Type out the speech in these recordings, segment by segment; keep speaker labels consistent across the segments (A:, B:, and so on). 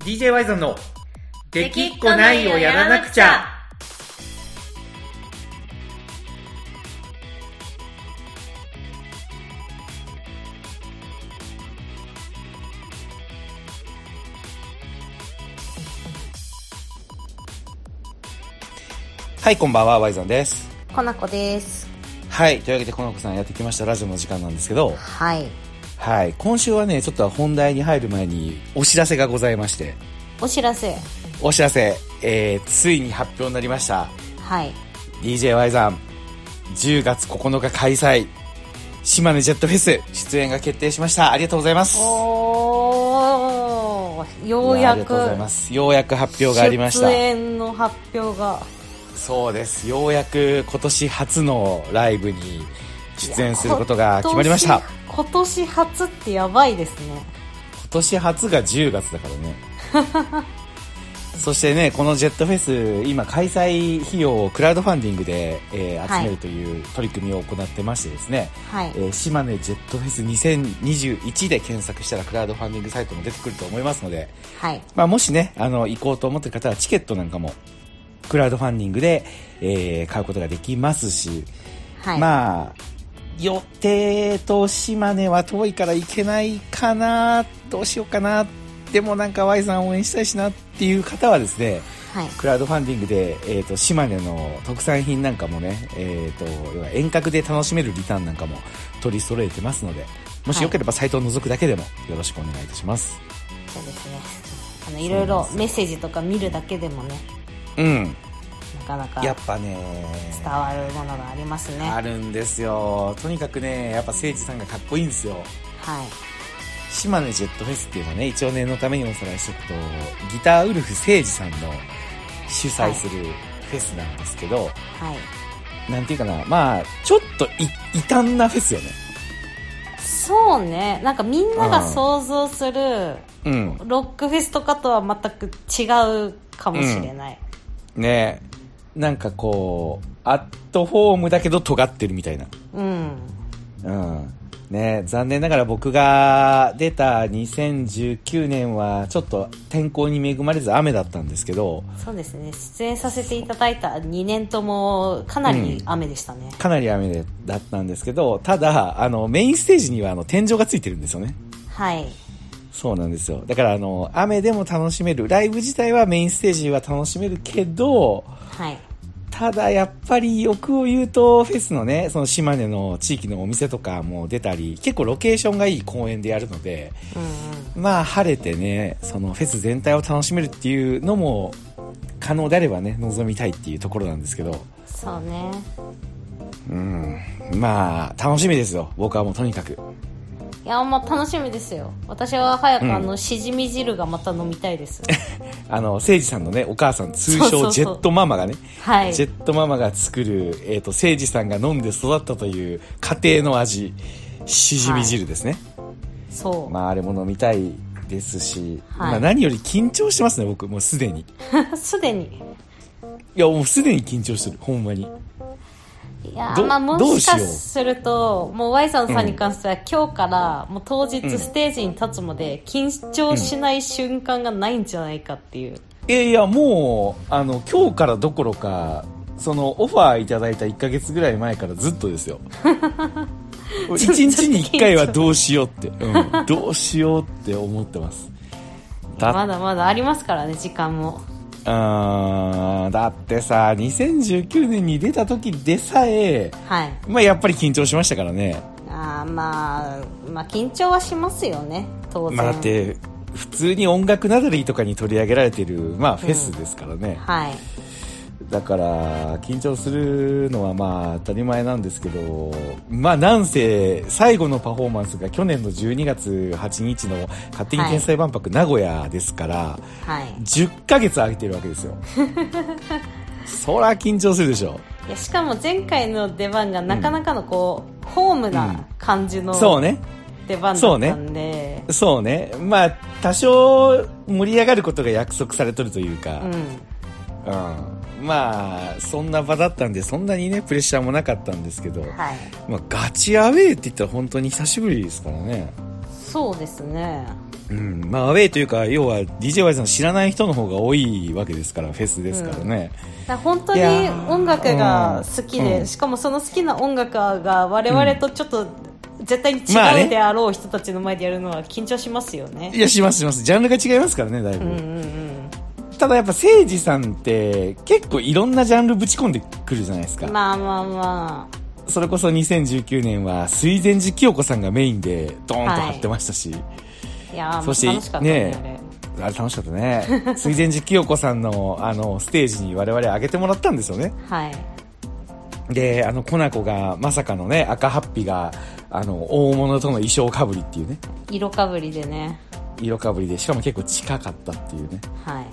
A: DJ ワイゾンの「できっこないをやらなくちゃ」はいこんばんはワイゾンです
B: コナコです
A: はいというわけでこの子さんやってきましたラジオの時間なんですけど
B: はい
A: はい今週はねちょっと本題に入る前にお知らせがございまして
B: お知らせ
A: お知らせ、えー、ついに発表になりました
B: はい
A: DJY さん10月9日開催島根ジェットフェス出演が決定しましたありがとうございます
B: おーよう
A: あ
B: や
A: りが
B: く
A: とうございますようやく発表がありました
B: 出演の発表が
A: そうですようやく今年初のライブに出演することが決まりました今
B: 今年今年初ってやばいですね
A: 年初が10月だからね そしてねこのジェットフェス今開催費用をクラウドファンディングで、えー
B: はい
A: 集めるという取り組みを行ってましてですね、
B: はい
A: えー島根ジェットフェス2021で検索したらクラウドファンディングサイトも出てくると思いますので、
B: はい
A: まあ、もしねあの行こうと思ってる方はチケットなんかもクラウドファンディングで、えー買うことができますし、
B: はい、
A: まあ予定と島根は遠いから行けないかなどうしようかなでもなんか Y さん応援したいしなっていう方はですね
B: はい
A: クラウドファンディングで、えー、と島根の特産品なんかもね、えー、と要は遠隔で楽しめるリターンなんかも取り揃えてますのでもしよければサイトを覗くだけでもよろしくお願いいたします、
B: そうですねあのいろいろメッセージとか見るだけでもね
A: うん
B: なかなか
A: やっ
B: 伝
A: ぱね
B: わるものがありますね
A: あ
B: はい
A: るんですよとにかくねやっぱ誠治さんがかっこいいんですよ島根ジェットフェスっていうのはね一応念のためにおさらいしておくとギターウルフ誠治さんの主催するフェスなんですけど、
B: はい
A: なんていうかなまあちょっとい異端なフェスよね
B: そうねなんかみんな
A: う
B: が
A: ん
B: 想像する
A: うん
B: ロックフェスとかとは全く違うかもしれない、
A: ねえなんかこうアットホームだけど尖ってるみたいな
B: うん
A: うんねえ残念ながら僕が出た2019年はちょっと天候に恵まれず雨だったんですけど
B: そうですね出演させていただいた2年ともかなり雨でしたね、
A: かなり雨でだったんですけどただあのメインステージにはあの天井がついてるんですよね
B: はい
A: そうなんですよだからあの雨でも楽しめるライブ自体はメインステージは楽しめるけど
B: はい
A: ただやっぱり欲を言うとフェスのねその島根の地域のお店とかも出たり結構ロケーションがいい公園でやるので
B: うんうん
A: まあ晴れてねそのフェス全体を楽しめるっていうのも可能であればね望みたいっていうところなんですけど
B: そうね
A: うんまあ楽しみですよ僕はもうとにかく
B: いやまあ楽しみですよ私は早く
A: うん
B: あの、しじみ汁がまた飲みたいです
A: あの誠司さんのねお母さん通
B: そうそうそ
A: 称
B: う
A: ジェットママがね
B: はい
A: ジェットママが作る、えー、と誠司さんが飲んで育ったという家庭の味しじみ汁ですね、
B: そう、
A: まああれも飲みたいですし、
B: はい
A: まあ、何より緊張してますね僕もうすでにい
B: すでに
A: やもうすでに緊張してるほんまに
B: いや
A: ど
B: まあも
A: どう
B: し
A: しよう
B: かするともう Y さんさんに関しては、今日からもう当日ステージに立つまで緊張しない瞬間がないんじゃないかっていう、
A: いやいやもうあの今日からどころかそのオファーいただいた1ヶ月ぐらい前からずっと ですよもう一日に1回はどうしようって、うん、どうしようって思ってますだ
B: まだまだありますからね時間も
A: あーだってさ2019年に出た時でさえ、
B: はい
A: まあ、やっぱり緊張しましたからね、
B: あーまあまあ緊張はしますよね当然、
A: まあ、だって普通に音楽ナダリーとかに取り上げられてる、まあ、フェスですからね、
B: はい
A: だから緊張するのはまあ当たり前なんですけどまあなんせ最後のパフォーマンスが去年の12月8日の勝手に天才万博名古屋ですから、
B: はい
A: 10ヶ月空いてるわけです よそら緊張するでしょ
B: いやしかも前回の出番がなかなかのこう、ホームな感じの
A: そうね
B: 出番だったんで、
A: そうねまあ多少盛り上がることが約束されとるというか、
B: う
A: う
B: ん
A: ん、まあそんな場だったんでそんなにねプレッシャーもなかったんですけど、
B: はい
A: まあ、ガチアウェーって言ったら本当に久しぶりですからね
B: そうですね
A: うんまあ、アウェイというか要は DJY さん知らない人の方が多いわけですからフェスですからね、
B: だから本当に
A: いやー
B: 音楽が好き
A: う
B: で、
A: ん
B: しかもその好きな音楽が我々とちょっと絶対に
A: まあ
B: 違
A: ね
B: うであろう人たちの前でやるのは緊張しますよね
A: い。やしますしますジャンルが違いますからねだいぶ、
B: うんうんうん
A: ただやっぱ誠司さんって結構いろんなジャンルぶち込んでくるじゃないですか、
B: まあまあま
A: それこそ2019年は水前寺清子さんがメインでドーンと張ってましたし、
B: あ。いやー、
A: そして
B: 楽しかったね。
A: ねあれ楽しかったね 水前寺清子さんのあのステージに我々上げてもらったんですよね
B: あれはい。
A: であのコナコがまさかのね赤ハッピーがあの大物との衣装かぶりっていうね
B: 色かぶりでね。
A: 色かぶりでしかも結構近かったっていうね、
B: はい。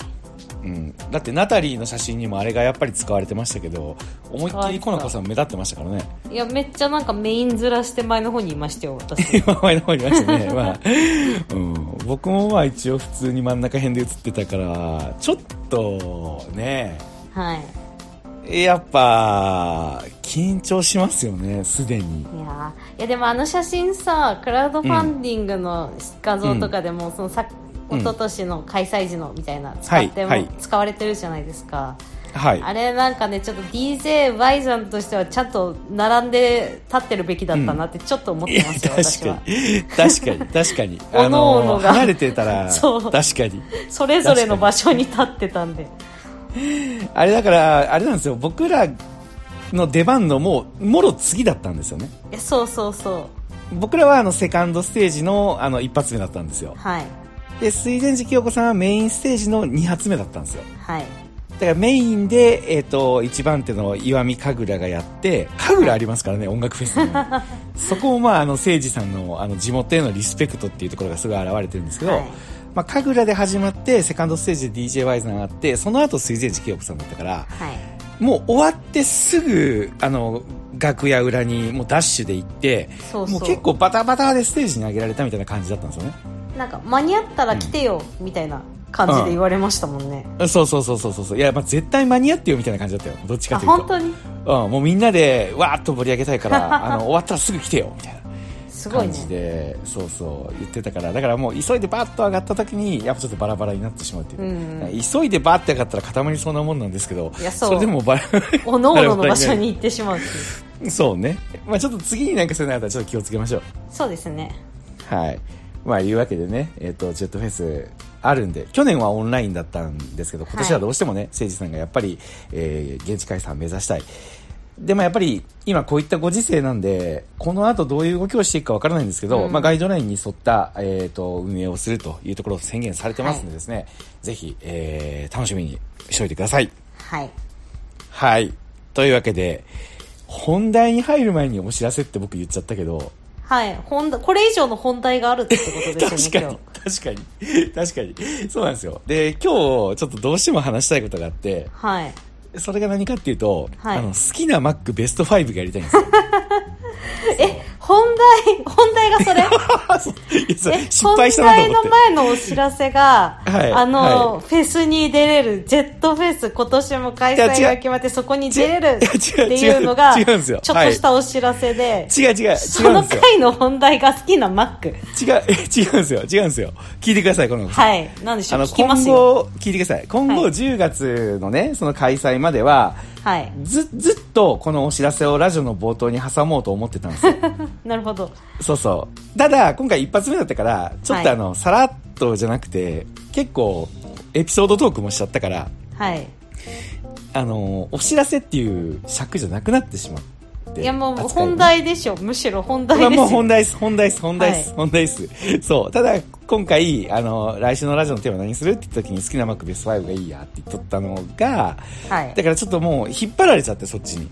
A: うん、だってナタリーの写真にもあれがやっぱり使われてましたけど思いっきりコナコさん目立ってましたからね
B: いや、めっちゃなんかメインずらして前の方にいましたよ、 私。
A: 今前の方にいましたね、まあうん、僕もまあ一応普通に真ん中辺で写ってたからちょっとね
B: はい。
A: やっぱ緊張しますよねすでに
B: いやーいやでもあの写真さ、クラウドファンディングの画像とかでも、そのさ、
A: うん
B: 一昨年の開催時のみたいな、使っても、
A: はい
B: 使われてるじゃないですか。
A: はい
B: あれなんかね、ちょっと DJY さんとしてはちゃんと並んで立ってるべきだったなってちょっと思っ
A: い
B: て
A: や
B: ます
A: 確か。に確か
B: よ、私は
A: に確かに
B: おのおのが
A: 離れてたら
B: そう
A: 確かに
B: それぞれの場所に立ってたんで。
A: あれだからあれなんですよ僕らの出番のもうもろ次だったんですよね
B: いやそうそうそ
A: 僕らはあのセカンドステージのあの一発目だったんですよ
B: う。はい。
A: で水前寺清子さんはメインステージの2発目だったんですよ
B: はい。
A: だからメインで、えっと1番手の石見神楽がやって神楽ありますからね音楽フェスに そこも、まあ、あの誠司さんのあの地元へのリスペクトっていうところがすごい表れてるんですけど、
B: はい
A: まあ、神楽で始まってセカンドステージで DJY さんがあってその後水前寺清子さんだったから
B: はい。
A: もう終わってすぐあの楽屋裏にもうダッシュで行って
B: そうそ
A: も
B: う
A: う結構バタバタでステージに上げられたみたいな感じだったんですよね
B: なんか間に合ったら来てよ、みたいな感じで言われましたもんね。
A: そうそうそうそうそうそういや、まあ、絶対間に合ってよみたいな感じだったよどっちか
B: あ、
A: というと
B: 本当に
A: うん、もうみんなでわーっと盛り上げたいから あの終わったらすぐ来てよみたいな
B: すごい
A: 感
B: ね。
A: じで、そうそう言ってたからだからもう急いでバーッと上がった時にやっぱちょっとバラバラになってしまうっていう、
B: うんうん
A: 急いでバーッて上がったら固まりそうなもんなんですけど
B: いやそう
A: れでもバラ
B: おのおのの場所に行ってしまうっていう。
A: そうね、まあ、ちょっと次になんかそういうのあったらちょっと気をつけましょう
B: そうですね。
A: はいまあいうわけでね、えっとジェットフェスあるんで去年はオンラインだったんですけど今年はどうしてもね、誠司さんがやっぱり、えー現地開催を目指したいでまあやっぱり今こういったご時世なんでこの後どういう動きをしていくかわからないんですけど、
B: うん
A: まあ、ガイドラインに沿った、えー、と運営をするというところを宣言されてますんでですね、ぜひ、えー楽しみにしておいてください
B: はい。
A: はいというわけで本題に入る前にお知らせって僕言っちゃったけど
B: はい。本題これ以上の本題があるってことです
A: 確か
B: よね
A: に、 確かに、確かに。そうなんですよ。で、今日、ちょっとどうしても話したいことがあって、
B: 今日。はい。
A: それが何かっていうと、
B: はい
A: あの、好きな Mac ベスト5がやりたいんですよ。
B: え、本題、本題がそれ
A: いやそれ
B: え
A: 失敗したなと思っ
B: 本題の前のお知らせが、
A: はい
B: あの、
A: は
B: フェスに出れる、ジェットフェス、今年も開
A: い
B: 催
A: や違
B: が
A: う
B: 決まって、そこに出れるって
A: 違う違う
B: いうのが、
A: 違う
B: ち
A: 違うん
B: ょっと
A: ですよ
B: したお知らせで、
A: て。違う違う、違うんです
B: そ
A: よ
B: の。回の本題が好きなマック。
A: 違う、え違うんですよ。違うんですよ。聞いてください、この。
B: はい。なんでし
A: あ
B: ょう、
A: の、
B: 聞きま
A: 今
B: すよ。
A: 後、聞いてください。今後
B: はい
A: 10月のね、その開催までは、
B: はい。
A: ず、ずっとこのお知らせをラジオの冒頭に挟もうと思ってたんですよ。
B: なるほど。
A: そうそう。ただ、今回一発目だったから、ちょっとあの、さらっとじゃなくて、結構、エピソードトークもしちゃったから、
B: はい。
A: あの、お知らせっていう尺じゃなくなってしまって。
B: いや、もう
A: 扱いが
B: 本題でしょ。むしろ本題
A: まあ
B: です
A: もう
B: よ。
A: 本題です、本題です、本題です、
B: は
A: 本題です。そう。ただ、今回、あの、来週のラジオのテーマ何するって言った時に好きなマックベスト5がいいやって言っとったのが、
B: はい
A: だ。からちょっともう引っ張られちゃって、そっちに。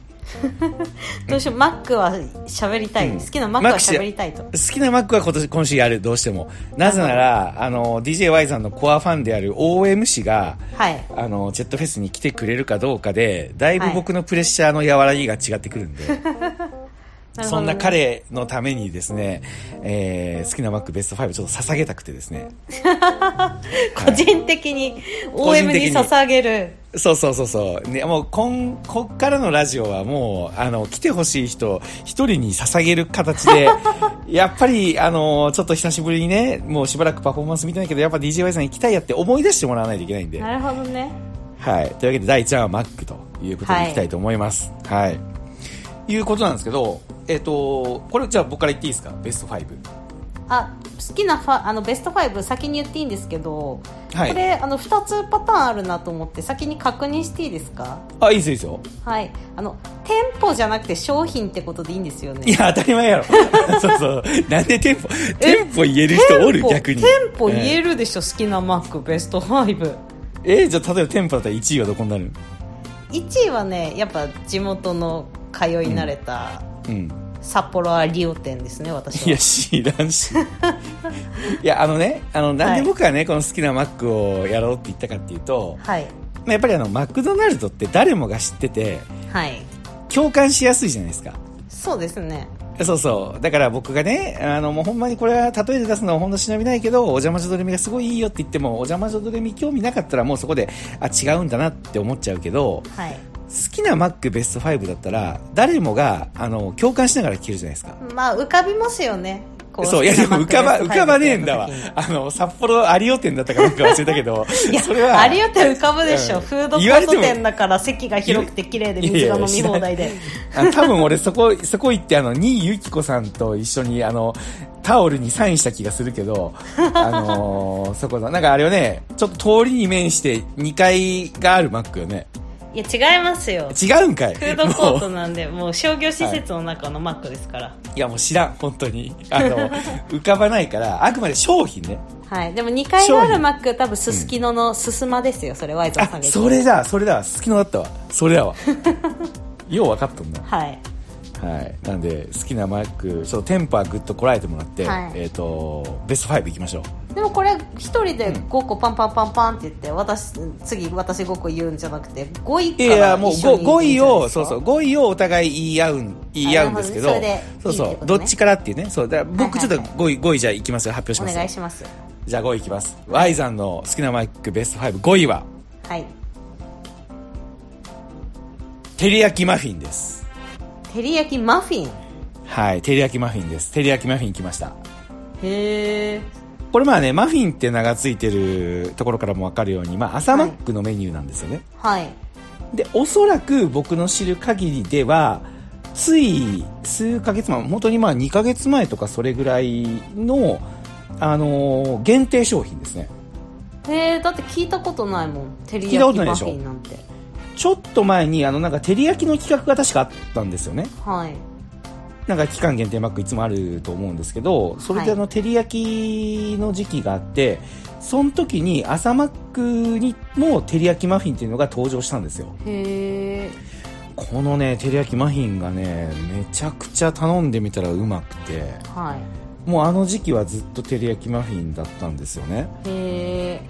B: どうしよう、マックは喋りたい。
A: うん
B: 好きなマック
A: マ
B: は
A: ックし
B: 喋りたいと。
A: 好きなマックは今年、今週やる、どうしても。なぜなら、あの、DJY さんのコアファンである OM 氏が、
B: はい。
A: あの、ジェットフェスに来てくれるかどうかで、だいぶ
B: はい
A: 僕のプレッシャーの和らぎが違ってくるんで、
B: ほどね
A: そんな彼のためにですね、えー好きなマックベスト5ちょっと捧げたくてですね。
B: 個人的に
A: 個人
B: OM
A: 的
B: に
A: に
B: 捧げる
A: そうそうそうそう。ね、もう、こん、こっからのラジオはもう、あの、来てほしい人、一人に捧げる形 で、やっぱり、あの、ちょっと久しぶりにね、もうしばらくパフォーマンス見てないけど、やっぱ DJY さん行きたいやって思い出してもらわないといけないんで。
B: なるほどね
A: はい。というわけで、第1話はマックということでいきたいと思います。はい。い、うことなんですけど、えっ、と、これじゃあ僕から言っていいですかベスト5。
B: あ好きなファあのベスト5先に言っていいんですけど、
A: はい
B: これあの2つパターンあるなと思って先に確認していいですか
A: あ、いいですよ、いいですよ。
B: はいあの店舗じゃなくて商品ってことでいいんですよね
A: いや、当たり前や ろ。そうそう。なんで店舗、店舗言える人おる逆に。
B: 店舗言
A: る
B: えるでしょ、好きなマックベスト5
A: えーじゃあ例えば店舗だったら1位はどこになる
B: 1位はねやっぱ地元の通い慣れた
A: うん
B: 札幌アリオ店ですね私
A: い
B: は
A: や知らんしいやあのねあのなんで僕はね、この好きなマックをやろうって言ったかっていうと
B: はい
A: まあやっぱりあのマクドナルドって誰もが知ってて
B: はい
A: 共感しやすいじゃないですか
B: そうですね
A: そうそうだから僕がねあのもうほんまにこれは例えで出すのはほんの忍びないけどお邪魔女ドレミがすごいいいよって言ってもお邪魔女ドレミ興味なかったらもうそこであ違うんだなって思っちゃうけど
B: はい
A: 好きなマックベスト5だったら誰もがあの共感しながら聞けるじゃないですか
B: まあ浮かびますよねこ
A: そう、いやでも浮かば、
B: 好
A: 浮
B: きなマッ
A: かば
B: ク
A: ね
B: ベ
A: え
B: ス
A: ん
B: ト
A: だ
B: 5
A: わ
B: の時に。
A: あの、札幌有オ店だったかなんか忘れたけど、
B: いや
A: そ れは、
B: 有吉浮かぶでしょ、
A: うん
B: フードコ
A: 言われ
B: ー
A: て
B: ト
A: も
B: 店だから席が広くて綺麗で水が飲み放題で
A: あの多分俺そこ、そこ行ってあの、新井由紀子さんと一緒にあの、タオルにサインした気がするけど、あのーそこだ。なんかあれはね、ちょっと通りに面して2階があるマックよね。
B: いや違いま すよ
A: 違うんかい
B: フードコー
A: も
B: ト
A: う
B: なんでもう商業施設の中のマックですから
A: いやもう知らん、本当に。あの、浮かばないから、あくまで商品ね。
B: はい、でも2階があるマック多分すすきののすすまですよそれワイゾンさん
A: あ、
B: が言ってた
A: それだ、それだ、好きのだったわ。それだわ。よう分かったんだ。
B: はい
A: はい、なんで好きなマックちょっとテンパグッとこらえてもらって、
B: はい
A: えっ、とベスト5いきましょう
B: でもこれ1人で5個パンパンパンパンって言って私次私5個言うんじゃなくて5位
A: い
B: から
A: やいやもう
B: 一
A: 5,
B: 緒
A: 位
B: に言んじゃないで
A: を
B: す
A: そ
B: か
A: うそう5位をお互い言い合うん言い合うんですけど
B: なるほどね
A: そう
B: それで
A: そ
B: いいってこ
A: う
B: とね
A: どっちからっていうねそうだから僕
B: は
A: ちょ
B: い
A: っ
B: はい
A: と
B: はい
A: 5位5位じゃあいきますよ発表し
B: お
A: ます
B: 願いします
A: じゃあ5位いきます Y さんの好きなマックベスト55位は
B: はい
A: 照り焼きマフィンです
B: 照り焼きマフィン
A: はい照り焼きマフィンです照り焼きマフィンきました
B: へえ
A: これまあねマフィンって名が付いてるところからも分かるように、まあ、朝マックのメニューなんですよね、
B: はい
A: でおそらく僕の知る限りではつい数ヶ月前本当にまあ2ヶ月前とかそれぐらいの、あのー限定商品ですね
B: へえだって聞いたことないもん照り
A: 聞いた
B: 焼
A: こと
B: き
A: ない
B: マ
A: で
B: フ
A: しょ
B: ィンなんて
A: ちょっと前にあのなんか照り焼きの企画が確かあったんですよね
B: はい
A: なんか期間限定マックいつもあると思うんですけどそれ
B: はい
A: であの照り焼きの時期があって、その時に朝マックにも照り焼きマフィンっていうのが登場したんですよ
B: へえ
A: このね照り焼きマフィンがねめちゃくちゃ頼んでみたらうまくて
B: はい
A: もうあの時期はずっと照り焼きマフィンだったんですよね
B: へえ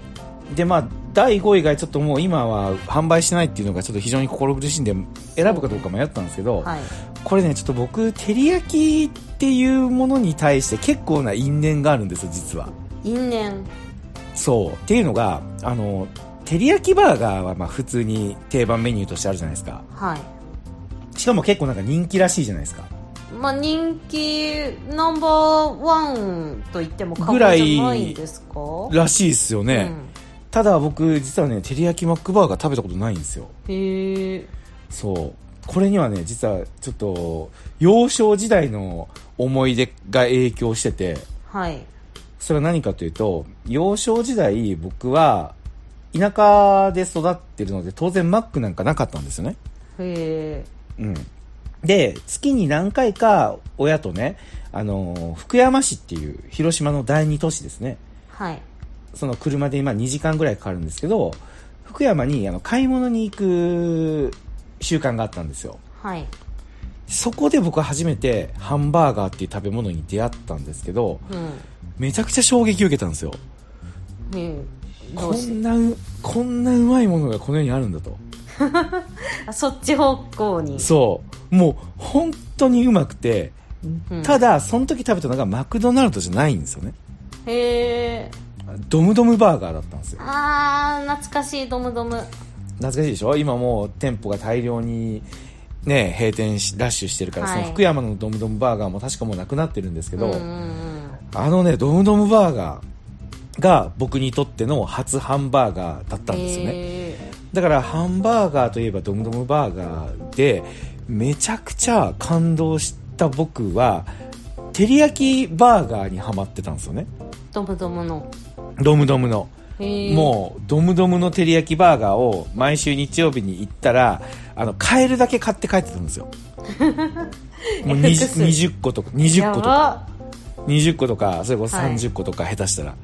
A: でまあ第5位がちょっともう今は販売してないっていうのがちょっと非常に心苦しいんで選ぶかどうか迷ったんですけど、
B: はい
A: これねちょっと僕照り焼きっていうものに対して結構な因縁があるんですよ実は
B: 因縁
A: そうっていうのがあの照り焼きバーガーはまあ普通に定番メニューとしてあるじゃないですか
B: はい
A: しかも結構なんか人気らしいじゃないですか
B: まあ、人気ナンバーワンと言っても過言じゃないんですか、
A: らしいですよね、
B: う
A: ただ僕実はね照り焼きマックバーガー食べたことないんですよ
B: ん、へえ
A: そうこれにはね実はちょっと幼少時代の思い出が影響してて
B: はい
A: それは何かというと幼少時代僕は田舎で育ってるので当然マックなんかなかったんですよね
B: へえ
A: うんで月に何回か親とねあの福山市っていう広島の第二都市ですね
B: はい
A: その車で今2時間ぐらいかかるんですけど福山にあの買い物に行く習慣があったんですよ
B: はい
A: そこで僕は初めてハンバーガーっていう食べ物に出会ったんですけど、
B: うん
A: めちゃくちゃ衝撃を受けたんですよ。
B: うんど
A: こ
B: うし
A: んなう、こんなうまいものがこの世にあるんだと。
B: あそっち方向に
A: そう。もう本当にうまくて、
B: うん
A: ただその時食べたのがマクドナルドじゃないんですよね
B: へえ
A: ドムドムバーガーだったんですよ
B: あー懐かしいドムドム
A: 懐かしいでしょ今もう店舗が大量にね閉店しラッシュしてるから、
B: はい
A: その福山のドムドムバーガーも確かもうなくなってるんですけ
B: う
A: ど、
B: んうん
A: あのねドムドムバーガーが僕にとっての初ハンバーガーだったんですよね、
B: へ
A: だからハンバーガーといえばドムドムバーガーでめちゃくちゃ感動した僕は照り焼きバーガーにはまってたんですよね
B: ードムドムの
A: ドムドムの
B: へえ
A: もうドムドムの照り焼きバーガーを毎週日曜日に行ったらあの買えるだけ買って帰ってたん ですよもう 20, 20個とか20
B: や
A: 個とか
B: ば
A: 20個とかそれこそ
B: はい
A: 30個とか下手したら、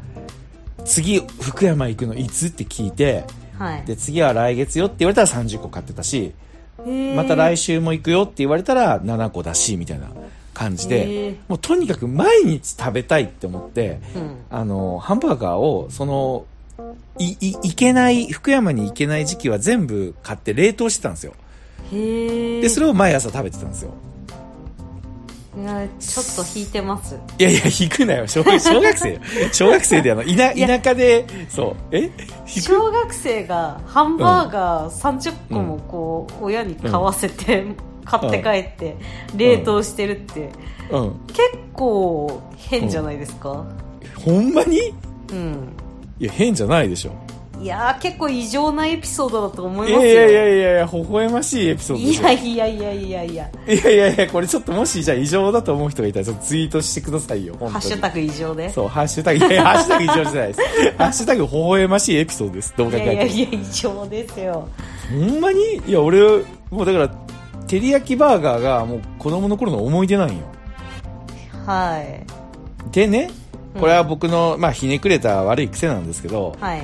A: 次福山行くのいつって聞いて
B: はい
A: で次は来月よって言われたら30個買ってたし
B: へー
A: また来週も行くよって言われたら7個だしみたいな感じ
B: へ
A: で
B: ー
A: もうとにかく毎日食べたいって思って
B: うん
A: あのハンバーガーをそのいい行けない福山に行けない時期は全部買って冷凍してたんですよ
B: へえ
A: でそれを毎朝食べてたんですよ
B: いやちょっと引いてます
A: いやいや引くなよ小小学生よ小学生であの田田舎でそうえ引く
B: 小学生がハンバーガー30個もこう親に買わせて、買って帰って冷凍してるって、
A: うん
B: 結構変じゃないですか
A: ほんまに
B: うん、
A: いや変じゃないでしょ
B: いやー結構異常なエピソードだと思い
A: い
B: ま
A: や
B: すよ
A: いやいやいやいや微笑ましいエピソードで
B: い
A: しょ
B: やいやいやいやいや
A: いやいやいや、これちょっともし、じゃあ異常だと思う人がいたら、ちょっとツイートしてくださいよ、本当に。
B: ハッシュタグ異常で
A: そう、ハッシュタグ、いやいや、ハッシュタグ異常じゃないです。 ハッシュタグ、微笑ましいエピソードです。動
B: い
A: 画書い
B: やいや
A: て
B: いや異常ですよ
A: も。ほんまにいや、俺、もうだから、照り焼きバーガーが、もう子供の頃の思い出なんよ。
B: はい
A: でね、これは僕の、まあ、ひねくれた悪い癖なんですけど、
B: はい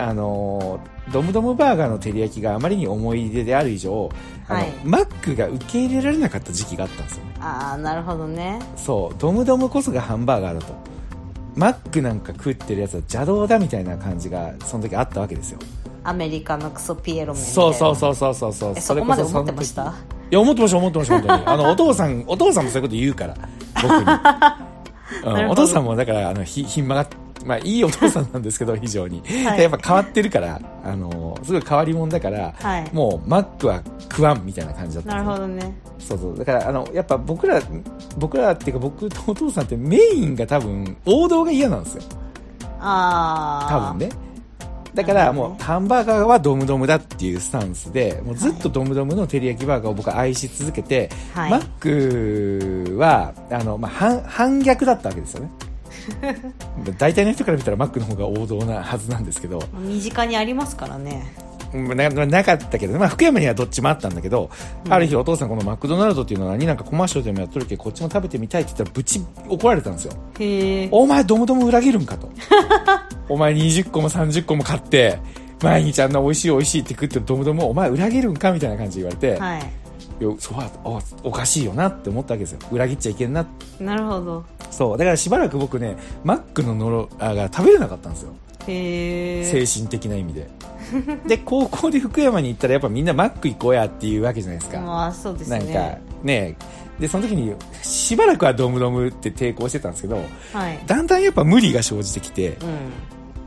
A: あのードムドムバーガーの照り焼きがあまりに思い出である以上、あの
B: はい
A: マックが受け入れられなかった時期があったんですよね。
B: ああなるほどね
A: そうドムドムこそがハンバーガーだとマックなんか食ってるやつは邪道だみたいな感じがその時あったわけですよ
B: アメリカのクソピエロも
A: そうそうそうそうそうそう
B: え
A: そ
B: そ
A: れ
B: こ
A: こ
B: まで
A: そ
B: 思
A: その
B: ってま
A: 時
B: した
A: いや思ってました思ってました本当にあのお父さんお 父さんもそういうこと言うから僕に、うん、
B: なるほ
A: お
B: ど
A: 父さんもだからあのひひん曲がまあいいお父さんなんですけど非常に、
B: はい
A: でやっぱ変わってるからあのすごい変わり者だから、
B: はい
A: もうマックは食わんみたいな感じだったん
B: な
A: ですよ
B: るほどね
A: そうそうだからあのやっぱ僕ら僕らっていうか僕とお父さんってメインが多分王道が嫌なんですよ
B: ああ
A: 多分ねだから
B: なるほど
A: も
B: ね
A: うハンバーガーはドムドムだっていうスタンスでもうずっとドムドムの照り焼きバーガーを僕は愛し続けて、
B: はい
A: マックはあの、まあ、反反逆だったわけですよ ね大体の人から見たらマックの方が王道なはずなんですけど、
B: 身近にありますからね
A: うんななかったけどね、まあ、福山にはどっちもあったんだけど、ある日お父さんこのマクドナルドっていうのは何なんかコマーシャルでもやっとるけどこっちも食べてみたいって言ったらぶち怒られたんですよ
B: へえ
A: お前どもども裏切るんかと お前20個も30個も買って毎日あんな美味しい美味しいって食ってるどもどもお前裏切るんかみたいな感じで言われて、
B: はい
A: いやそうはおおかしいよなって思ったわけですよ裏切っちゃいけんな
B: なるほど
A: そうだからしばらく僕ねマックののろあが食べれなかったんですよ
B: へえ
A: 精神的な意味でで高校で福山に行ったらやっぱみんなマック行こうやっていうわけじゃないですか、
B: まあそうです
A: な
B: ね
A: んかねでその時にしばらくはドムドムって抵抗してたんですけど
B: はい
A: だんだんやっぱ無理が生じてきて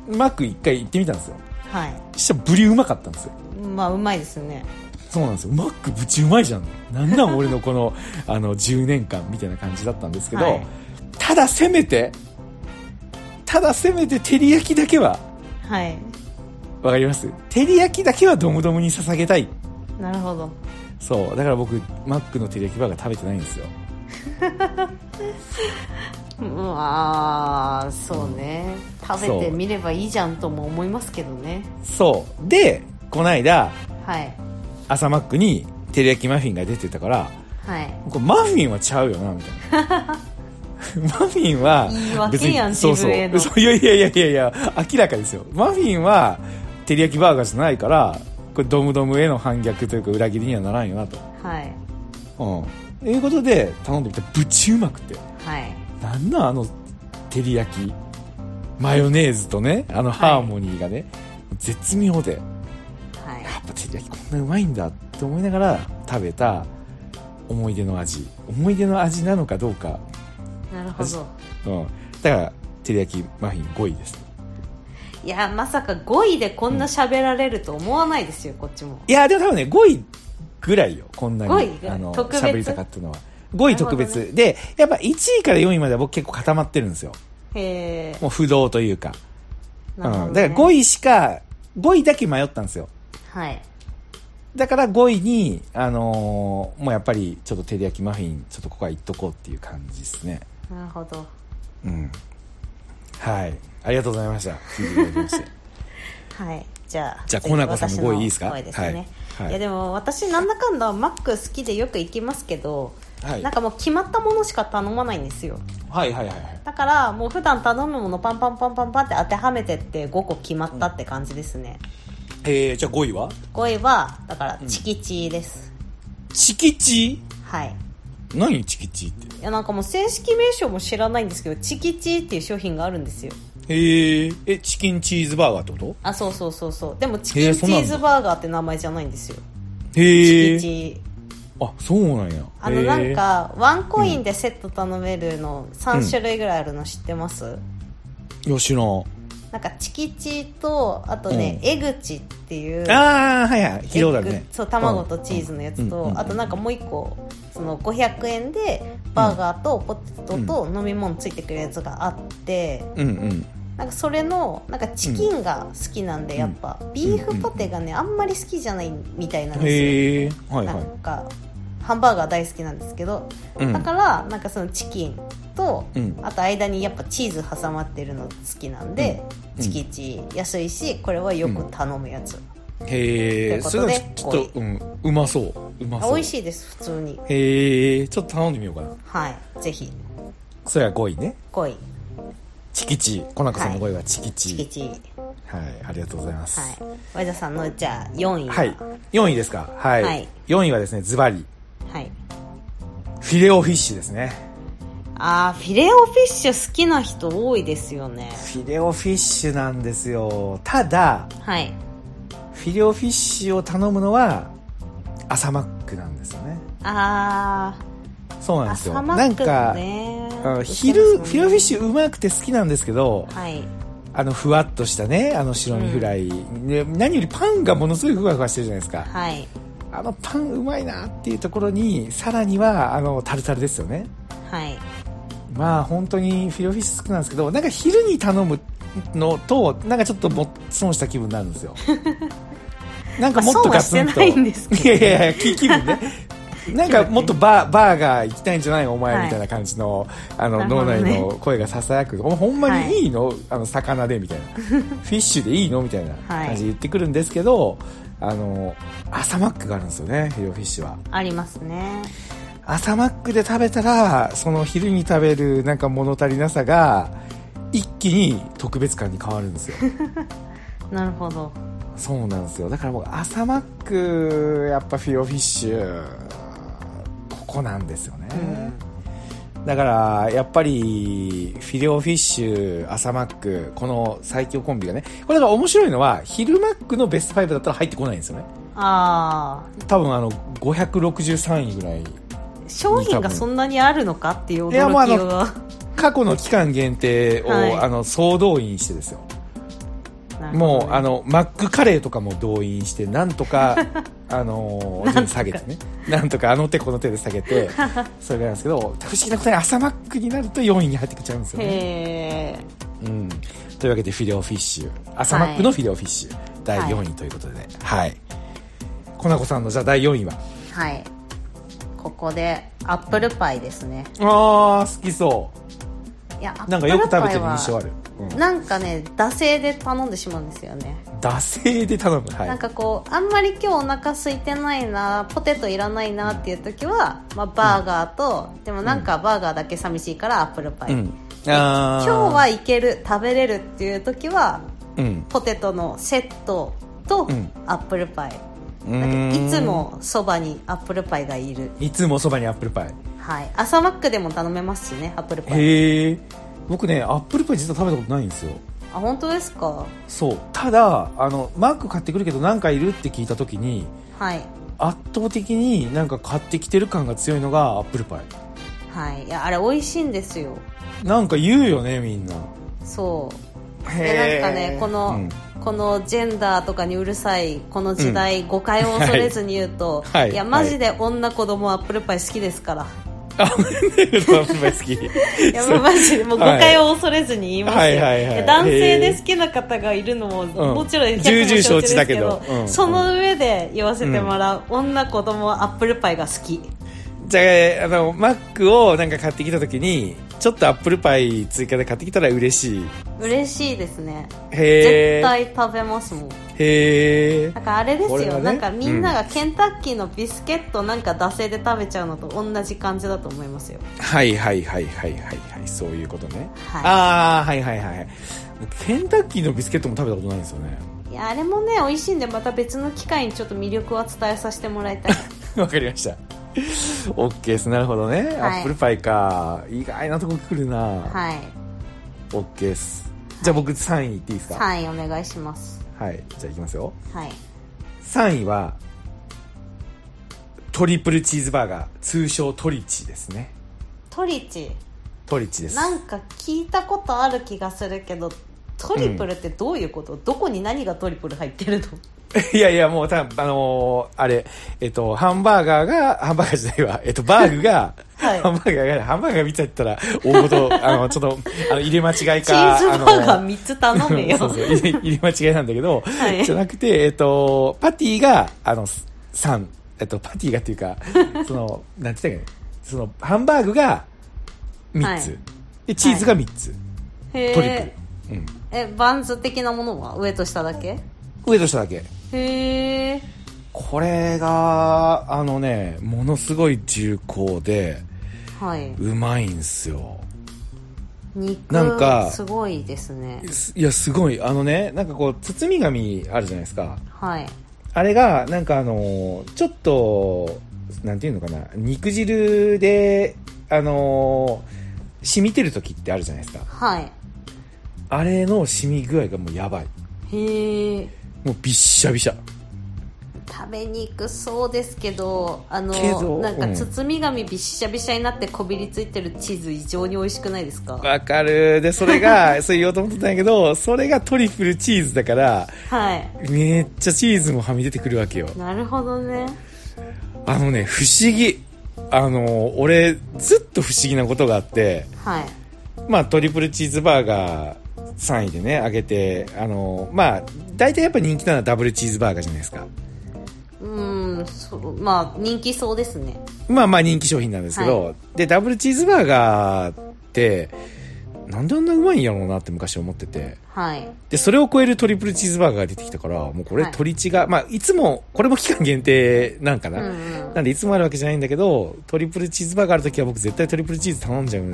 B: うん
A: マック一回行ってみたんですよ
B: は
A: そしたらブリうまかったんですよ
B: いまあうまいですね
A: そうなんですよマックぶちうまいじゃんなんなん俺のこの あの10年間みたいな感じだったんですけど、
B: はい
A: ただせめてただせめて照り焼きだけは
B: はい
A: わかります照り焼きだけはドムドムに捧げたい
B: なるほど
A: そうだから僕マックの照り焼きバーガー食べてないんですよ
B: うんああそうね食べ
A: そう
B: てみればいいじゃんとも思いますけどね
A: そうでこの間
B: はい
A: 朝マックに照り焼きマフィンが出てたから
B: はい
A: これマフィンはちゃうよなみたい なマフィンは
B: 言い訳やん
A: そうそう
B: 自分への
A: そういやいやいやいやいや明らかですよマフィンは照り焼きバーガーじゃないからこれドムドムへの反逆というか裏切りにはならんよなと
B: はい
A: うんいうことで頼んでみたらぶちうまくて
B: はい
A: なんなんあの照り焼きマヨネーズとねあのハーモニーがね、絶妙でやっ
B: はい
A: ぱ照り焼きこんなうまいんだって思いながら食べた思い出の味思い出の味なのかどうか、
B: なるほど
A: うん、だから照り焼きマフィン5位です
B: いやまさか5位でこんな喋られると思わないですよこっちも
A: いやでも多分ね5位ぐらいよこんなに
B: 5位ぐらい
A: あの
B: 特別
A: 喋りたかったのは5位特別、
B: なる
A: でやっぱ1位から4位までは僕結構固まってるんですよ
B: へえ
A: もう不動というか、
B: なるほど、ね
A: うん、だから5位しか5位だけ迷ったんですよ
B: はい
A: だから5位に、あのーもうやっぱりちょっと照り焼きマフィンちょっとここは行っとこうっていう感じですね
B: なるほど
A: うんはいありがとうございました聞いていただきまして
B: はいじゃあ
A: じゃあ
B: 次
A: コナコさんの
B: 私
A: 5位いいですか
B: 5位ですね、
A: はい
B: い
A: はい
B: やでも私なんだかんだマック好きでよく行きますけど、
A: はい
B: なんかもう決まったものしか頼まないんですよ
A: はいはいはいはい
B: だからもう普段頼むものパンパンパンパンパンって当てはめてって5個決まったって感じですね、
A: えー、じゃあ5位は
B: 5位はだからチキチーです、
A: チキチ
B: はい
A: 何チキチって
B: いやなんかもう正式名称も知らないんですけどチキチーっていう商品があるんですよ
A: へええチキンチーズバーガーってこ
B: あそうそうそうそうでもチ
A: へ
B: キ
A: え
B: ンチ
A: そうなんだ
B: ーズバーガーって名前じゃないんですよ、
A: とへ
B: チキチー
A: ーあそうなんや
B: あのなん
A: へ
B: かワンコインでセット頼めるの3種類ぐらいあるの知ってます、
A: ーよしの
B: なんかチキチーとあとね、
A: う
B: エグチっていう
A: ああはいはい
B: エッ
A: 広
B: グ
A: だね
B: そう卵とチーズのやつと、
A: うんうん
B: あとなんかもう一個その500円でバーガーとポテトと飲み物ついてくるやつがあって、
A: うんうん
B: なんかそれのなんかチキンが好きなんで、やっぱビーフパテがねあんまり好きじゃないみたいなんで
A: へえは
B: す
A: い
B: よ、
A: はい
B: なんかハンバーガー大好きなんですけど、
A: うん
B: だからなんかそのチキンと、
A: うん
B: あと間にやっぱチーズ挟まってるの好きなんで、
A: うん
B: チキチー安いしこれはよく頼むやつ、
A: へえ
B: と
A: そ
B: い
A: れ
B: うこと
A: は
B: で
A: ちょっと、うん、うまそううま
B: あ
A: そう
B: 美味しいです普通に
A: へえちょっと頼んでみようかな
B: はいぜひ
A: それは5位ね
B: 5位
A: チキチーコナコさんの5位はチキチ
B: チ
A: ー
B: キチー
A: はい、ありがとうございます
B: はい和田さんのじゃあ4位は
A: はい、4位ですかはい、
B: はい
A: 4位はですねズバリ
B: はい
A: フィレオフィッシュですね
B: あーフィレオフィッシュ好きな人多いですよね
A: フィレオフィッシュなんですよただ
B: はい
A: フィレオフィッシュを頼むのは朝マックなんですよね
B: あ
A: そう
B: ー
A: なんですよ
B: 朝マ
A: なん
B: ック
A: か、
B: ね
A: あの昼フィレオフィッシ
B: シ
A: ュうまくて好きなんですけど
B: ュはい
A: あのふわっとしたねあの白身フライ、ね何よりパンがものすごいふわふわしてるじゃないですか
B: はい
A: あのパンうまいなっていうところにさらにはあのタルタルですよね
B: はい
A: まあ本当にフィレオフィッシュ好きなんですけどなんか昼に頼むのとなんかちょっとも損した気分になるんですよ なんかもっと
B: まあ
A: ガツン
B: 損はして
A: と
B: ないんですけど
A: いやいやいや気気分ね なんかもっとバーバーガー行きたいんじゃないのお前
B: はい
A: みたいな感じの,、あの
B: なる
A: 脳
B: ほどね
A: 内の声がささやく、おほんまにいいの、あの魚でみ たいなフィッシュでいいのみたいな感じで言ってくるんですけど、あの朝マックがあるんですよねフィレオフィッシュは
B: ありますね
A: 朝マックで食べたらその昼に食べるなんか物足りなさが一気に特別感に変わるんですよ
B: なるほど
A: そうなんですよだから僕朝マックやっぱフィロフィッシュここなんですよね、だからやっぱりフィレオフィッシュ朝マックこの最強コンビがねこれが面白いのは昼マックのベスト5だったら入ってこないんですよね
B: あ
A: 多分あの563位ぐらい
B: ー商品がそんなにあるのかっていう
A: いやもう
B: 驚
A: あ
B: き
A: の
B: は
A: 過去の期間限定を、
B: はい
A: あの総動員してですよ、
B: なるほど
A: もうあのマックカレーとかも動員してなんと かあのー順位下げてねなんとかあの手この手で下げ てそれなんですけど不思議なことに朝マックになると4位に入ってきちゃうんですよね、
B: へえ
A: うん、というわけでフィレオフィッシュ朝マックのフィレオフィッシュ、第4位ということではい、コナコさんのじゃあ第4位は
B: はいここでアップルパイですね
A: ああ好きそ
B: いや
A: うなんかよく食べてる印
B: アップルパイ
A: 象
B: は
A: ある、うん、
B: なんかね惰性で頼んでしまうんですよね、
A: 惰性で頼むはい
B: なんかこうあんまり今日お腹空いてないなポテトいらないなっていう時は、まあ、バーガーと、でもなんかバーガーだけ寂しいからアップルパイ、
A: うん
B: 今
A: あー
B: 日はいける食べれるっていう時は
A: うん
B: ポテトのセットと
A: うん
B: アップルパイ、
A: う
B: なん
A: ー
B: か
A: ん
B: いつもそばにアップルパイがいる、
A: いつもそばにアップルパイ
B: はい、朝マックでも頼めますしねアップルパイ
A: へえ僕ねアップルパイ実は食べたことないんですよ
B: あ本当ですか
A: そうただあのマック買ってくるけど何かいるって聞いた時に
B: はい
A: 圧倒的になんか買ってきてる感が強いのがアップルパイ
B: はいいやあれ美味しいんですよ
A: なんか言うよねみんな
B: そう
A: へ
B: で
A: ー
B: なんかねこの、
A: うん
B: このジェンダーとかにうるさいこの時代、誤解を恐れずに言うと、
A: はいはい
B: やマジで女子供アップルパイ好きです から、
A: あアップルパイ好き
B: いやもうマジでもう誤解を恐れずに言いますよ、
A: はいはいはいはい
B: 男性で好きな方がいるのも
A: ん
B: もちろん100
A: 重々
B: も
A: 承知だけど
B: ですけ
A: うん
B: その上で言わせてもらう、女子供アップルパイが好き
A: じゃああのマックをなんか買ってきた時にちょっとアップルパイ追加で買ってきたら嬉しい
B: 嬉しいですね
A: へえ
B: 絶対食べますもん
A: へえ
B: なんかあれです
A: これは
B: よ、
A: ね
B: なんかみんながケンタッキーのビスケットなんか惰性で食べちゃうのと同じ感じだと思いますよ
A: はいはいはいはいはいはいそういうことね、
B: はい
A: ああはいはいはいはいケンタッキーのビスケットも食べたことないんですよね
B: いやあれもね美味しいんでまた別の機会にちょっと魅力は伝えさせてもらいたい
A: わかりましたオッケーですなるほどね、
B: はい
A: アップルパイか意外なとこ来るな、
B: はい
A: オッケーですじゃあ僕3位いっていいですか
B: 3位お願いします
A: はいじゃあいきますよ
B: はい
A: 3位はトリプルチーズバーガー通称トリチですね
B: トリチ
A: トリチです
B: なんか聞いたことある気がするけどトリプルってどういうこと、どこに何がトリプル入ってる の
A: いやいやもうたあのーあれえっとハンバーガーがハンバーガーじゃないわえっとバーグが、
B: は い
A: ハンバーガーがハンバーガー見ちゃったら大ごとあのちょ っとあの入れ間違いか
B: チーズバー
A: あ
B: ガー
A: の
B: 3つ頼めよ
A: そうそう入れ 入れ間違いなんだけど、
B: はい
A: じゃなくてえっとパティがあの3えっとパティがっていう かそのなんて言ったっけねそのハンバーグが3つ、
B: はい
A: でチーズが3つ、
B: へー
A: トリプル、うん、
B: えバンズ的なものは上と下だけ
A: 上と下だけ
B: へえ
A: これがあのねものすごい重厚で
B: はいう
A: まいんすよ
B: 肉
A: なんか
B: すごいですね
A: すいやすごいあのねなんかこう包み紙あるじゃないですか
B: はい
A: あれがなんかあのちょっとなんていうのかな肉汁であの染みてる時ってあるじゃないですか
B: はい
A: あれの染み具合がもうやばい
B: へえ
A: もうびっしゃびしゃ
B: 食べにくそうですけどあの
A: けど
B: なん
A: う
B: か
A: ん
B: 包み紙びっしゃびしゃになってこびりついてるチーズ異常に美味しくないですか
A: わかるでそれが そう言おうと思ってたんやけどそれがトリプルチーズだから
B: はい
A: めっちゃチーズもはみ出てくるわけよ
B: なるほどね
A: あのね、不思議。あの、俺、ずっと不思議なことがあって、
B: はい
A: まあ、トリプルチーズバーガー3位でね、上げて、あの、まあ、大体やっぱ人気なのはダブルチーズバーガーじゃないですか。
B: うーんそうまあ人気そうですね
A: まあまあ人気商品なんですけど、
B: は
A: で、ダブルチーズバーガーって、なんであんなうまいんやろうなって昔思ってて。
B: はい
A: で、それを超えるトリプルチーズバーガーが出てきたから、もうこれ
B: はい
A: 鳥違が、まあ、いつも、これも期間限定なんか
B: う
A: な。
B: んうん
A: なんでいつもあるわけじゃないんだけどトリプルチーズバーガーある時は僕絶対トリプルチーズ頼んじゃう
B: へ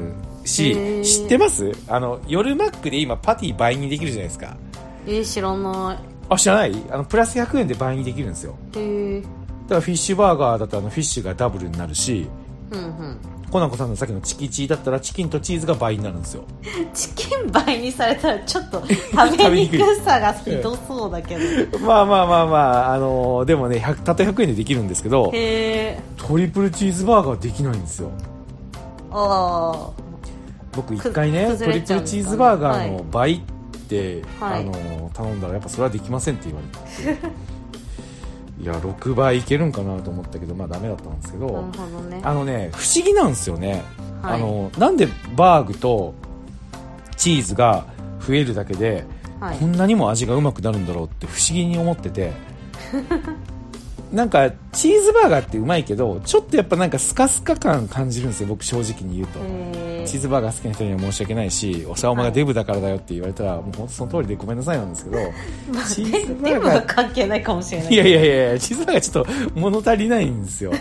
A: し
B: ー
A: 知ってますあの夜マックで今パティ倍にできるじゃないですか
B: えー、知らな
A: あ知らないあのプラス100円で倍にできるんですよ
B: いへえ
A: だからフィッシュバーガーだとあのフィッシュがダブルになるし
B: うんうん
A: コナコさんのさっきのチキチーだったらチキンとチーズが倍になるんですよ
B: チキン倍にされたらちょっと食べにくさがひどそうだけ ど
A: まあまあまあまあ、あのーでもね100たった100円でできるんですけど
B: へえ
A: トリプルチーズバーガーはできないんですよ
B: あ
A: 僕一回ねト
B: く崩
A: リ
B: れ
A: プ
B: ちゃ
A: ル
B: うんです
A: チ
B: かね
A: ーズバーガーの倍って、
B: は
A: あ
B: い
A: の頼んだらやっぱそれはできませんって言われていや6倍いけるんかなと思ったけどまあダメだったんですけど、
B: あなるほどね
A: あのね不思議なんですよね、
B: はい
A: あのなんでバーグとチーズが増えるだけで、
B: はい
A: こんなにも味がうまくなるんだろうって不思議に思って てなんかチーズバーガーってうまいけどちょっとやっぱなんかスカスカ感感じるんですよ僕正直に言うと。
B: へ
A: チー
B: ー
A: ズバーガー好きな人には申し訳ないしおさおまがデブだからだよって言われたら、もう本当その通りでごめんなさいなんです けどチーズバー
B: でも
A: ガー
B: 関係ないかもしれない
A: いやいやいやいやチーズバーガーちょっと物足りないんです よ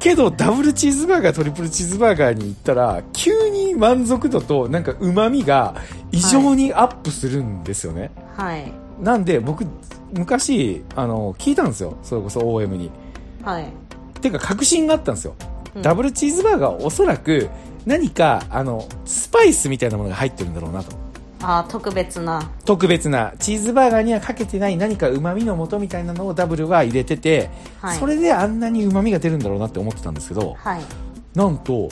A: けどダブルチーズバーガートリプルチーズバーガーに行ったら急に満足度となんかうまみが異常にアップするんですよね、
B: はい
A: なんで僕昔あの聞いたんですよそれこそ OM に
B: はい
A: てか確信があったんですよ、
B: うん
A: ダブルチーズバーガーはおそらく何かあのスパイスみたいなものが入ってるんだろうなと
B: あー特別な
A: 特別なチーズバーガーにはかけてない何かうまみの素みたいなのをダブルは入れてて、
B: はい
A: それであんなにうまみが出るんだろうなって思ってたんですけど
B: はい
A: なんとほ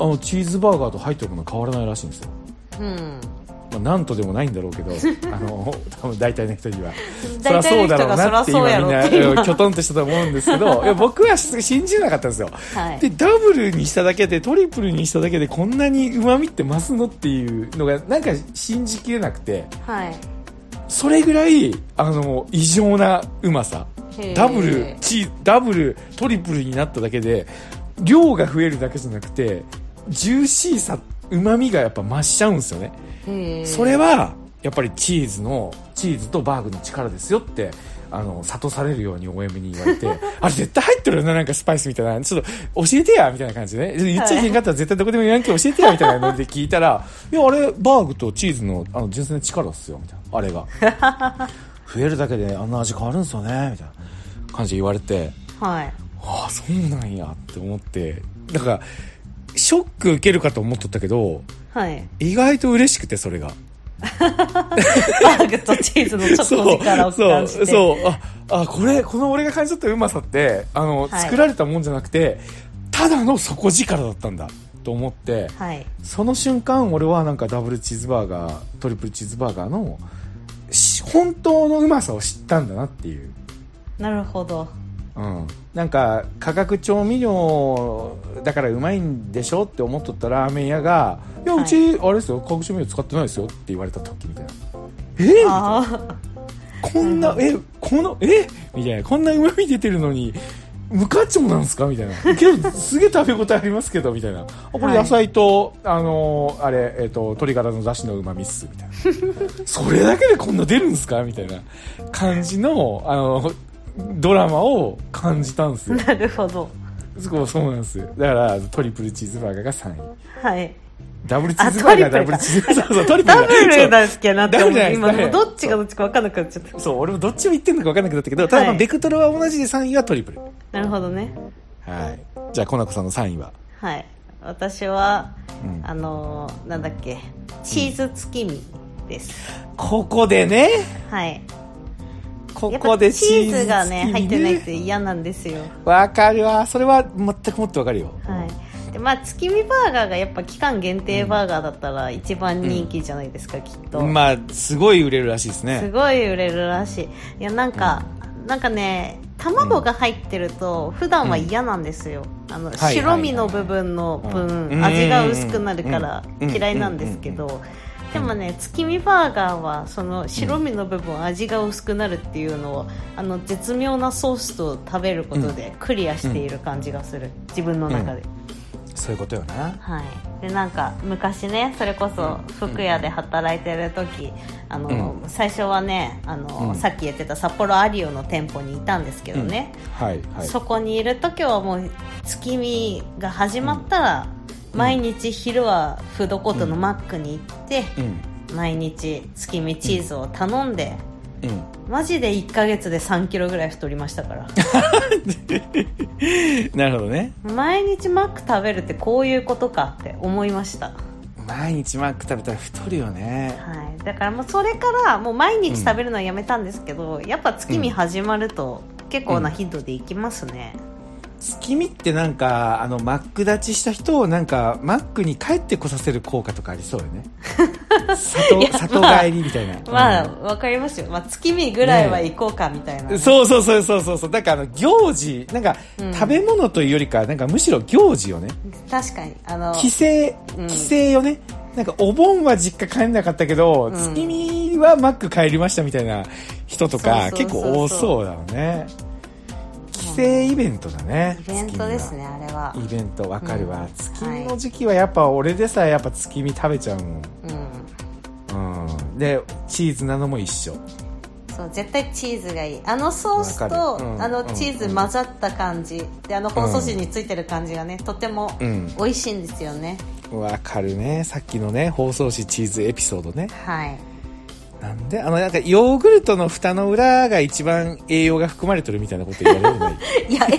A: あのチーズバーガーと入ってるもの変わらないらしいんですよ、
B: うん
A: まあ、なんとでもないんだろう けどあの多分大体の人にはそりゃ
B: 大
A: そ
B: 体
A: うだ
B: の人
A: ろうなっ
B: がそりゃ
A: て
B: そうやろ
A: 今
B: っ
A: み
B: て
A: んな
B: 今
A: きょとんとしたと思うんですけ どいや僕は信じなかったんですよ
B: はい
A: でダブルにしただけでトリプルにしただけでこんなにうまみって増すのっていうのがなんか信じきれなくて
B: はい
A: それぐらいあの異常なうまさ
B: へー
A: ダブルチーダブルトリプルになっただけで量が増えるだけじゃなくてジューシーさうまみがやっぱ増しちゃうんですよね
B: へえ
A: それはやっぱりチーズのチーズとバーグの力ですよってあの諭されるように OM に言われてあれ絶対入ってるよななんかスパイスみたいなちょっと教えてやみたいな感じでね言っちゃいけんかったら絶対どこでも言わんけど教えてやみたいなので聞いたらいやあれバーグとチーズのあの純粋な力っすよみたいなあれが増えるだけであんな味変わるんすよねみたいな感じで言われて
B: はい
A: ああそうなんやって思ってだからショック受けるかと思っとったけど
B: はい
A: 意外と嬉しくてそれが。
B: バーグとチーズのちょっとの力を感じて
A: そうそうああこれこの俺が感じ取ったうまさってあの、
B: はい
A: 作られたもんじゃなくてただの底力だったんだと思って
B: はい
A: その瞬間俺はなんかダブルチーズバーガートリプルチーズバーガーのし本当のうまさを知ったんだなっていう、
B: なるほど
A: うん、なんか化学調味料だからうまいんでしょって思っとったラーメン屋が「いや
B: はいう
A: ち、あれですよ化学調味料使ってないですよ」って言われた時みたいな「えーみたいな
B: あ
A: こんな、え、この、えみたいな、こんな旨味出てるのに、無課長なんですかみたいな。けど、すげえ食べ応えありますけど、みたいな。あこれ
B: はい
A: 野菜と、あのーあれ、えっ、と、鶏ガラの出汁の旨味っす、みたい な。それだけでこんな出るんですかみたいな感じの、あの、ドラマを感じたんですよ
B: あ。なるほど
A: そうそうなんですよ。だから、トリプルチーズバーガーが3位。
B: はい
A: ダブルチーズバーガー、
B: あト
A: ダ
B: リ
A: ブ
B: プル
A: ル
B: か
A: チーズバーガー、そうそう、トリプル
B: ダ
A: だ
B: ブルだっけなって
A: ダブル
B: 思
A: じゃな
B: う
A: い
B: 今
A: ダブル
B: どっちがどっちか分かんなくなっちゃった
A: そうそう、俺もどっちを言ってんのか分かんなくなったけど、ただまあ、
B: はい
A: ベクトルは同じで3位はトリプル。
B: なるほどね
A: はい。じゃあ、コナコさんの3位は
B: はい私は、
A: うん
B: あのーなんだっけチーズ月見です、
A: ここでね、
B: はい
A: こ
B: やっ
A: こ
B: ぱチ
A: でチーズ
B: ーズが
A: 付
B: ね
A: き
B: 入ってないって嫌なんですよ
A: わかるわ。それは全くもってわかるよ。
B: はいでまあ月見バーガーがやっぱ期間限定バーガーだったら一番人気じゃないですか、きっと、
A: まあ、すごい売れるらしいです
B: す
A: ね。
B: ごい売れるらしいいやなんか、なんかね卵が入ってると普段は嫌なんですよ、あの
A: はい
B: 白身の部分の分、
A: うん
B: 味が薄くなるから
A: うん
B: 嫌いなんですけど、でもね月見バーガーはその白身の部分味が薄くなるっていうのをあの絶妙なソースと食べることでクリアしている感じがする、自分の中で、
A: そういうことよな。
B: はい、でなんか昔ねそれこそ服屋で働いてる時あの、最初はねあの、
A: うん
B: さっき言ってた札幌アリオの店舗にいたんですけどね、
A: はい、はい。
B: そこにいる時はもう月見が始まったら、毎日昼はフードコートのマックに行って、
A: うん。
B: 毎日月見チーズを頼んで、
A: うん。
B: マジで1ヶ月で3キロぐらい太りまし たから
A: なるほどね。
B: 毎日マック食べるってこういうことかって思いました
A: 毎日マック食べたら太るよね。
B: はい、だからもうそれからもう毎日食べるのはやめたんですけど、やっぱ月見始まると結構な頻度でいきますね、
A: 月見ってなんか、あの、マック立ちした人をなんか、マックに帰ってこさせる効果とかありそう よね。里、里帰りみたいな。
B: まあ
A: うん
B: わかりますよ、まあ、月見ぐらいは行こうかみたいな、
A: そうそうそうそうそうそう。だからあの行事、なんか、
B: うん
A: 食べ物というよりか、なんかむしろ行事よね。
B: 確かにあの
A: 帰省、
B: うん
A: 帰省よね。なんかお盆は実家帰んなかったけど、
B: ん
A: 月見はマック帰りましたみたいな人とか、
B: そうそう
A: 結
B: そうそう
A: 構多そうだよね。帰省イベントだね。
B: イベントですね
A: 月
B: あれは
A: 見は。イベントわかるわ、
B: うん
A: 月見の時期はやっぱ俺でさえやっぱ月見食べちゃうもん。
B: うん
A: うん。で、チーズなのも一緒。
B: そう絶対チーズがいいあのソース
A: わ
B: と、
A: かるうん
B: あの
A: うん
B: チーズ混ざった感じであの包装紙についてる感じがねとても
A: うん
B: 美味しいんですよね、
A: わかるね。さっきのね、放送紙チーズエピソードね。
B: はい
A: なんであの、なんか、ヨーグルトの蓋の裏が一番栄養 が含まれてるみたいなこと言われるのに。
B: いや栄養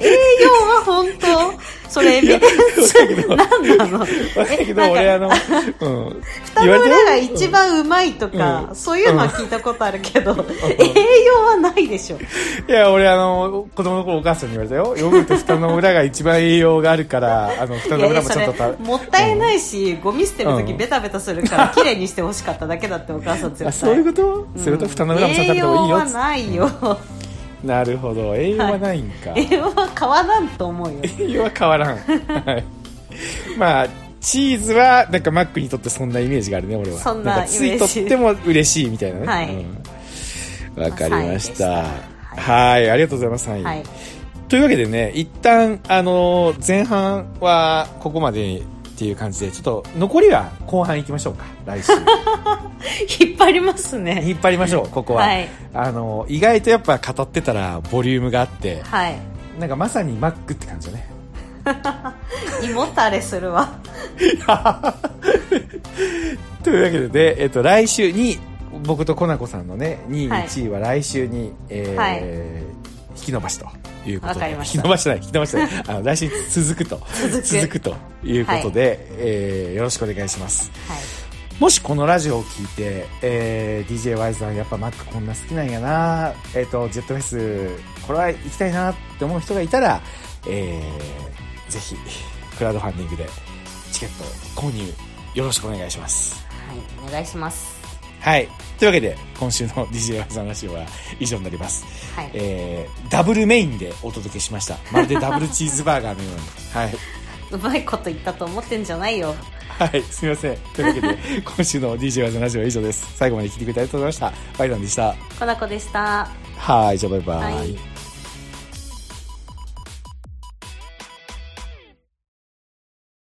B: 栄養は本当それエビデン
A: だけ
B: ス
A: ど
B: 何なの
A: わかるけど、
B: え
A: 俺あ
B: なんか
A: の、うん。
B: 双子裏が一番うまいと
A: う
B: か、
A: ん
B: そういうのは聞いたことあるけど、栄養はないでしょ
A: いや、俺あの、子供の頃お母さんに言われたよ。ヨーグルト蓋の裏が一番栄養があるから、あの、蓋
B: い
A: の
B: やい
A: 裏
B: や
A: も
B: そ
A: ちょ
B: れ
A: っとた
B: もったいないし、ゴミ捨てると
A: う
B: き
A: ん
B: ベタベタする から綺麗にしてほしかっただけだってお母さん絶対
A: あそういうこと、それと蓋の裏もちゃんと
B: 栄
A: 食べた
B: 養
A: 方がいいよ
B: はないよ
A: なるほど。栄養はないんか。
B: 栄養は変わらんと思うよ
A: 栄養は変わらん。はい。まあ、チーズは、なんかマックにとってそんなイメージがあるね、俺は。
B: そんなん
A: かつい
B: イメ
A: と
B: ー
A: っ
B: ジ
A: ても嬉しいみたいなね。
B: はい
A: うんわ、かりました。
B: まあ三位でした
A: はい、ありがとうございます、3位。
B: はい
A: というわけでね、一旦、あのー前半はここまでっていう感じで、ちょっと残りは後半行きましょうか、来週。
B: 引っ張りますね
A: 引っ張りまし ょう、ここは。
B: はい
A: あのー意外とやっぱ語ってたらボリュームがあって、
B: はい
A: なんかまさにマックって感じだね。
B: 胃もたれするわ
A: というわけでね、えっと、来週に、僕とコナコさんのね、2位、
B: はい
A: 1位は来週に、えー
B: はい
A: 引き延ばしということ
B: わか
A: で、
B: り
A: 引
B: ま
A: き
B: した
A: 延ばしてない、引き延ばしてない、あの来週続くと、
B: 続く
A: ということで、えーよろしくお願いします。
B: は
A: もしこのラジオを聞いて、えー、DJY さんやっぱ Mac こんな好きなんやな、えっ、と、ジェットフェス、これは行きたいなって思う人がいたら、えー、ぜひ、クラウドファンディングでチケット購入よろしくお願いします。
B: い、はい、お願いします
A: はい。というわけで、今週の DJY さんラジオは以上になります。
B: はい、
A: えー、ダブルメインでお届けしました。まるでダブルチーズバーガーのように。 はい。
B: うまいこと言ったと思ってんじゃないよ
A: はい、すみません。というわけで、今週の DJ ワイズのラジオは以上です。最後まで聞いてくれてありがとうございました。バイダンでした。
B: コナコでした
A: はい、じゃあバイバイ。
B: はい